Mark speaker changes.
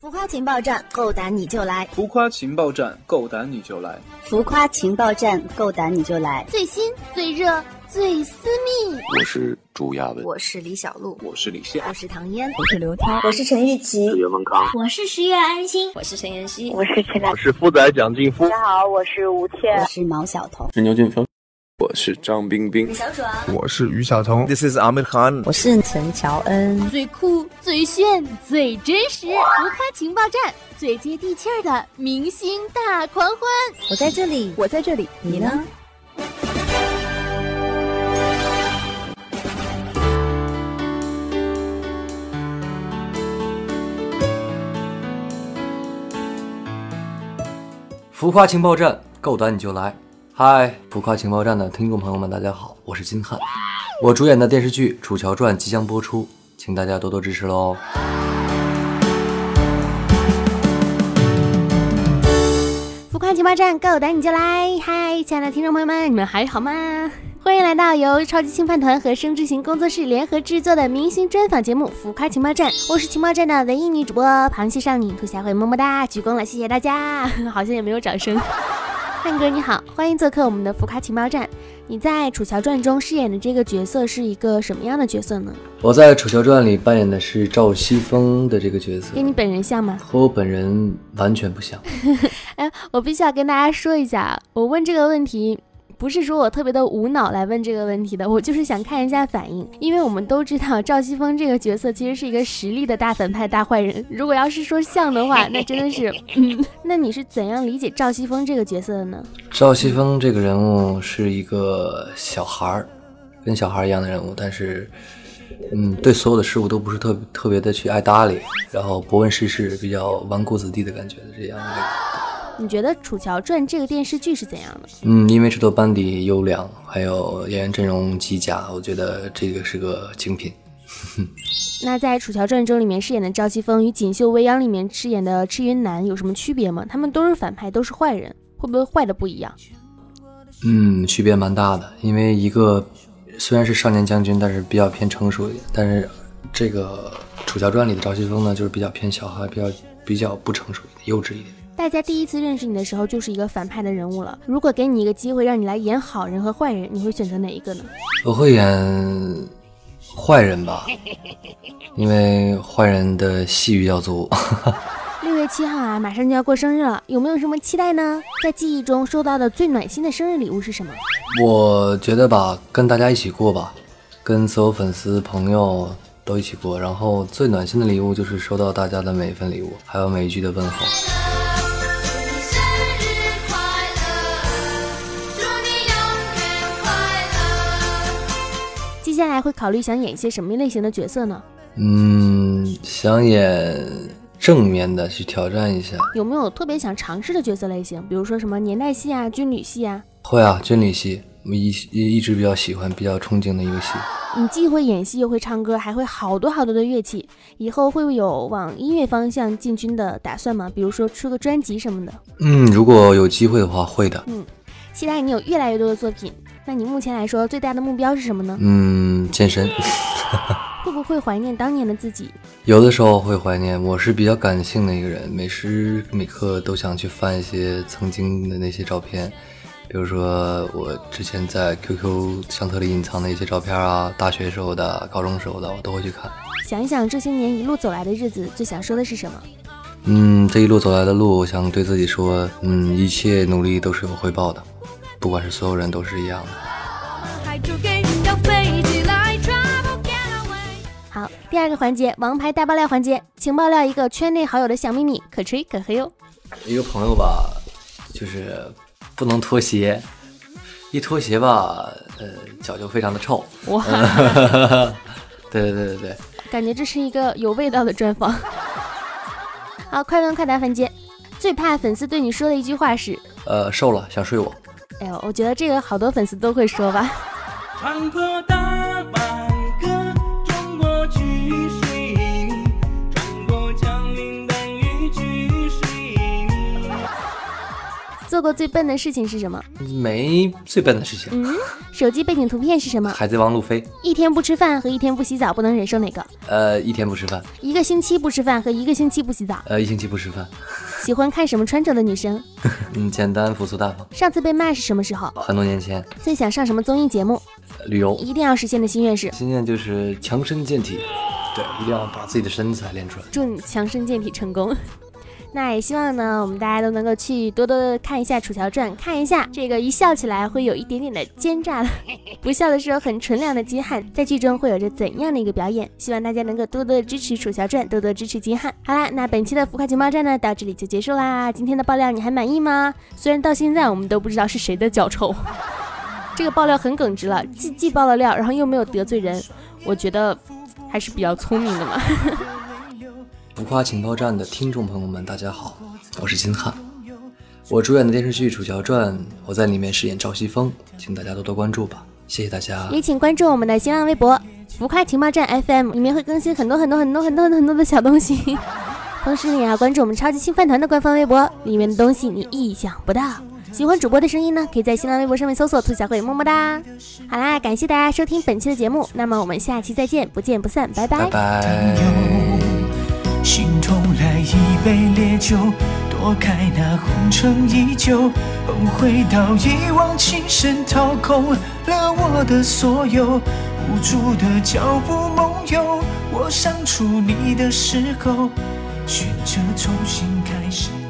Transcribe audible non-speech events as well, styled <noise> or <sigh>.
Speaker 1: 浮夸情报站，够胆你就来！
Speaker 2: 浮夸情报站，够胆你就来！
Speaker 3: 浮夸情报站，够胆你就来！
Speaker 4: 最新、最热、最私密。
Speaker 5: 我是朱亚文，
Speaker 6: 我是李小璐，
Speaker 2: 我是李现，
Speaker 1: 我是唐嫣，
Speaker 7: 我是刘涛，
Speaker 8: 我是陈玉琪，
Speaker 9: 袁文康，
Speaker 10: 我是十月安心，
Speaker 11: 我是陈妍希，
Speaker 12: 我是陈楠，
Speaker 13: 我是富仔蒋劲夫。
Speaker 14: 大家好，我是吴倩，
Speaker 3: 我是毛晓彤，
Speaker 5: 是牛俊峰，我是张冰冰，
Speaker 15: 李小爽，
Speaker 16: 我是于晓彤
Speaker 17: ，This is Amir Khan，
Speaker 18: 我是陈乔恩，
Speaker 4: 最酷、最炫、最真实，浮夸情报站。最接地气儿的明星大狂欢，
Speaker 18: 我在这里，
Speaker 7: 我在这里，
Speaker 18: 你呢？
Speaker 19: 浮夸情报站，够胆你就来！嗨，浮夸情报站的听众朋友们，大家好，我是金汉，我主演的电视剧《楚乔传》即将播出，请大家多多支持喽！
Speaker 4: 情报站，够胆你就来！嗨，亲爱的听众朋友们，你们还好吗？欢迎来到由超级星饭团和生之行工作室联合制作的明星专访节目《浮夸情报站》，我是情报站的唯一女主播螃蟹少女兔小慧，么么哒，鞠躬了，谢谢大 <laughs> 家。好像也没有掌声。汉哥你好，欢迎做客我们的浮夸情报站。你在《楚乔传》中饰演的这个角色是一个什么样的角色呢？
Speaker 19: 我在《楚乔传》里扮演的是赵西风的这个角色，
Speaker 4: 跟你本人像吗？
Speaker 19: 和我本人完全不像。
Speaker 4: 哎，我必须要跟大家说一下，我问这个问题。不是说我特别的无脑来问这个问题的，我就是想看一下反应，因为我们都知道赵西风这个角色其实是一个实力的大反派、大坏人。如果要是说像的话，那真的是，嗯，那你是怎样理解赵西风这个角色的呢？
Speaker 19: 赵西风这个人物是一个小孩儿，跟小孩一样的人物，但是，嗯，对所有的事物都不是特特别的去爱搭理，然后不问世事，比较纨绔子弟的感觉这样的。
Speaker 4: 你觉得《楚乔传》这个电视剧是怎样的？
Speaker 19: 嗯，因为制作班底优良，还有演员阵容极佳，我觉得这个是个精品。
Speaker 4: 那在《楚乔传》中里面饰演的赵西风与《锦绣未央》里面饰演的赤云南有什么区别吗？他们都是反派，都是坏人，会不会坏的不一样？
Speaker 19: 嗯，区别蛮大的，因为一个虽然是少年将军，但是比较偏成熟一点；但是这个《楚乔传》里的赵西风呢，就是比较偏小孩，比较比较不成熟一点，幼稚一点。
Speaker 4: 大家第一次认识你的时候就是一个反派的人物了。如果给你一个机会让你来演好人和坏人，你会选择哪一个呢？
Speaker 19: 我会演坏人吧，因为坏人的戏比较足。 <laughs>
Speaker 4: 六月七号啊，马上就要过生日了，有没有什么期待呢？在记忆中收到的最暖心的生日礼物是什么？
Speaker 19: 我觉得吧，跟大家一起过吧，跟所有粉丝朋友都一起过。然后最暖心的礼物就是收到大家的每一份礼物，还有每一句的问候。
Speaker 4: 接下来会考虑想演一些什么类型的角色呢？
Speaker 19: 嗯，想演正面的，去挑战一下。
Speaker 4: 有没有特别想尝试的角色类型？比如说什么年代戏啊、军旅戏啊？
Speaker 19: 会啊，军旅戏，我一一一直比较喜欢、比较憧憬的一个戏。
Speaker 4: 你既会演戏，又会唱歌，还会好多好多的乐器。以后会有往音乐方向进军的打算吗？比如说出个专辑什么的？
Speaker 19: 嗯，如果有机会的话，会的。
Speaker 4: 嗯，期待你有越来越多的作品。那你目前来说最大的目标是什么呢？
Speaker 19: 嗯，健身。
Speaker 4: 会不会怀念当年的自己？
Speaker 19: 有的时候会怀念。我是比较感性的一个人，每时每刻都想去翻一些曾经的那些照片，比如说我之前在 QQ 相册里隐藏的一些照片啊，大学时候的、高中时候的，我都会去看。
Speaker 4: 想一想这些年一路走来的日子，最想说的是什么？
Speaker 19: 嗯，这一路走来的路，我想对自己说，嗯，一切努力都是有回报的。不管是所有人都是一样的。
Speaker 4: 好，第二个环节，王牌大爆料环节，请爆料一个圈内好友的小秘密，可吹可黑哦。
Speaker 19: 一个朋友吧，就是不能脱鞋，一脱鞋吧，呃，脚就非常的臭。 <laughs>
Speaker 4: 哇！
Speaker 19: 对对对对对，
Speaker 4: 感觉这是一个有味道的专访。好，快问快答环节，最怕粉丝对你说的一句话是：
Speaker 19: 呃，瘦了，想睡我。
Speaker 4: 哎呦，我觉得这个好多粉丝都会说吧。
Speaker 20: 唱歌大挽歌，穿过去水泥，穿过江陵等雨去水泥。
Speaker 4: 做过最笨的事情是什么？
Speaker 19: 没最笨的事情，
Speaker 4: 嗯，手机背景图片是什么？
Speaker 19: 海贼王路飞，
Speaker 4: 一天不吃饭和一天不洗澡不能忍受哪个？
Speaker 19: 呃，一天不吃饭，
Speaker 4: 一个星期不吃饭和一个星期不洗澡？
Speaker 19: 呃，一星期不吃饭， <laughs>
Speaker 4: 喜欢看什么穿着的女生？
Speaker 19: 嗯，简单朴素大方。
Speaker 4: 上次被骂是什么时候？
Speaker 19: 很多年前，
Speaker 4: 最想上什么综艺节目？
Speaker 19: 呃旅游
Speaker 4: 一定要实现的心愿是？
Speaker 19: 心愿就是强身健体，对，一定要把自己的身材练出来。
Speaker 4: 祝你强身健体成功。 <laughs> 那也希望呢，我们大家都能够去多多地看一下《楚乔传》，看一下这个一笑起来会有一点点的奸诈的， <laughs> 不笑的时候很纯良的金汉，在剧中会有着怎样的一个表演？希望大家能够多多的支持《楚乔传》，多多地支持金汉。好啦，那本期的浮夸情报站呢，到这里就结束啦。今天的爆料你还满意吗？虽然到现在我们都不知道是谁的脚臭， <laughs> 这个爆料很耿直了，既既爆了料，然后又没有得罪人，我觉得还是比较聪明的嘛。
Speaker 19: 浮夸情报站的听众朋友们，大家好，我是金汉。我主演的电视剧《楚乔传》，我在里面饰演赵西风，请大家多多关注吧，谢谢大家。
Speaker 4: 也请关注我们的新浪微博“浮夸情报站 FM”，里面会更新很多很多很多很多很多的小东西。 <laughs> 同时，你也要关注我们超级星饭团的官方微博，里面的东西你意想不到。喜欢主播的声音呢，可以在新浪微博上面搜索“兔小慧”，么么哒。好啦，感谢大家收听本期的节目，那么我们下期再见，不见不散，拜
Speaker 19: 拜拜。
Speaker 6: 心痛来一杯烈酒，躲开那红尘依旧，后悔到一往情深，掏空了我的所有，无助的脚步梦游，我想出你的时候，选择重新开始。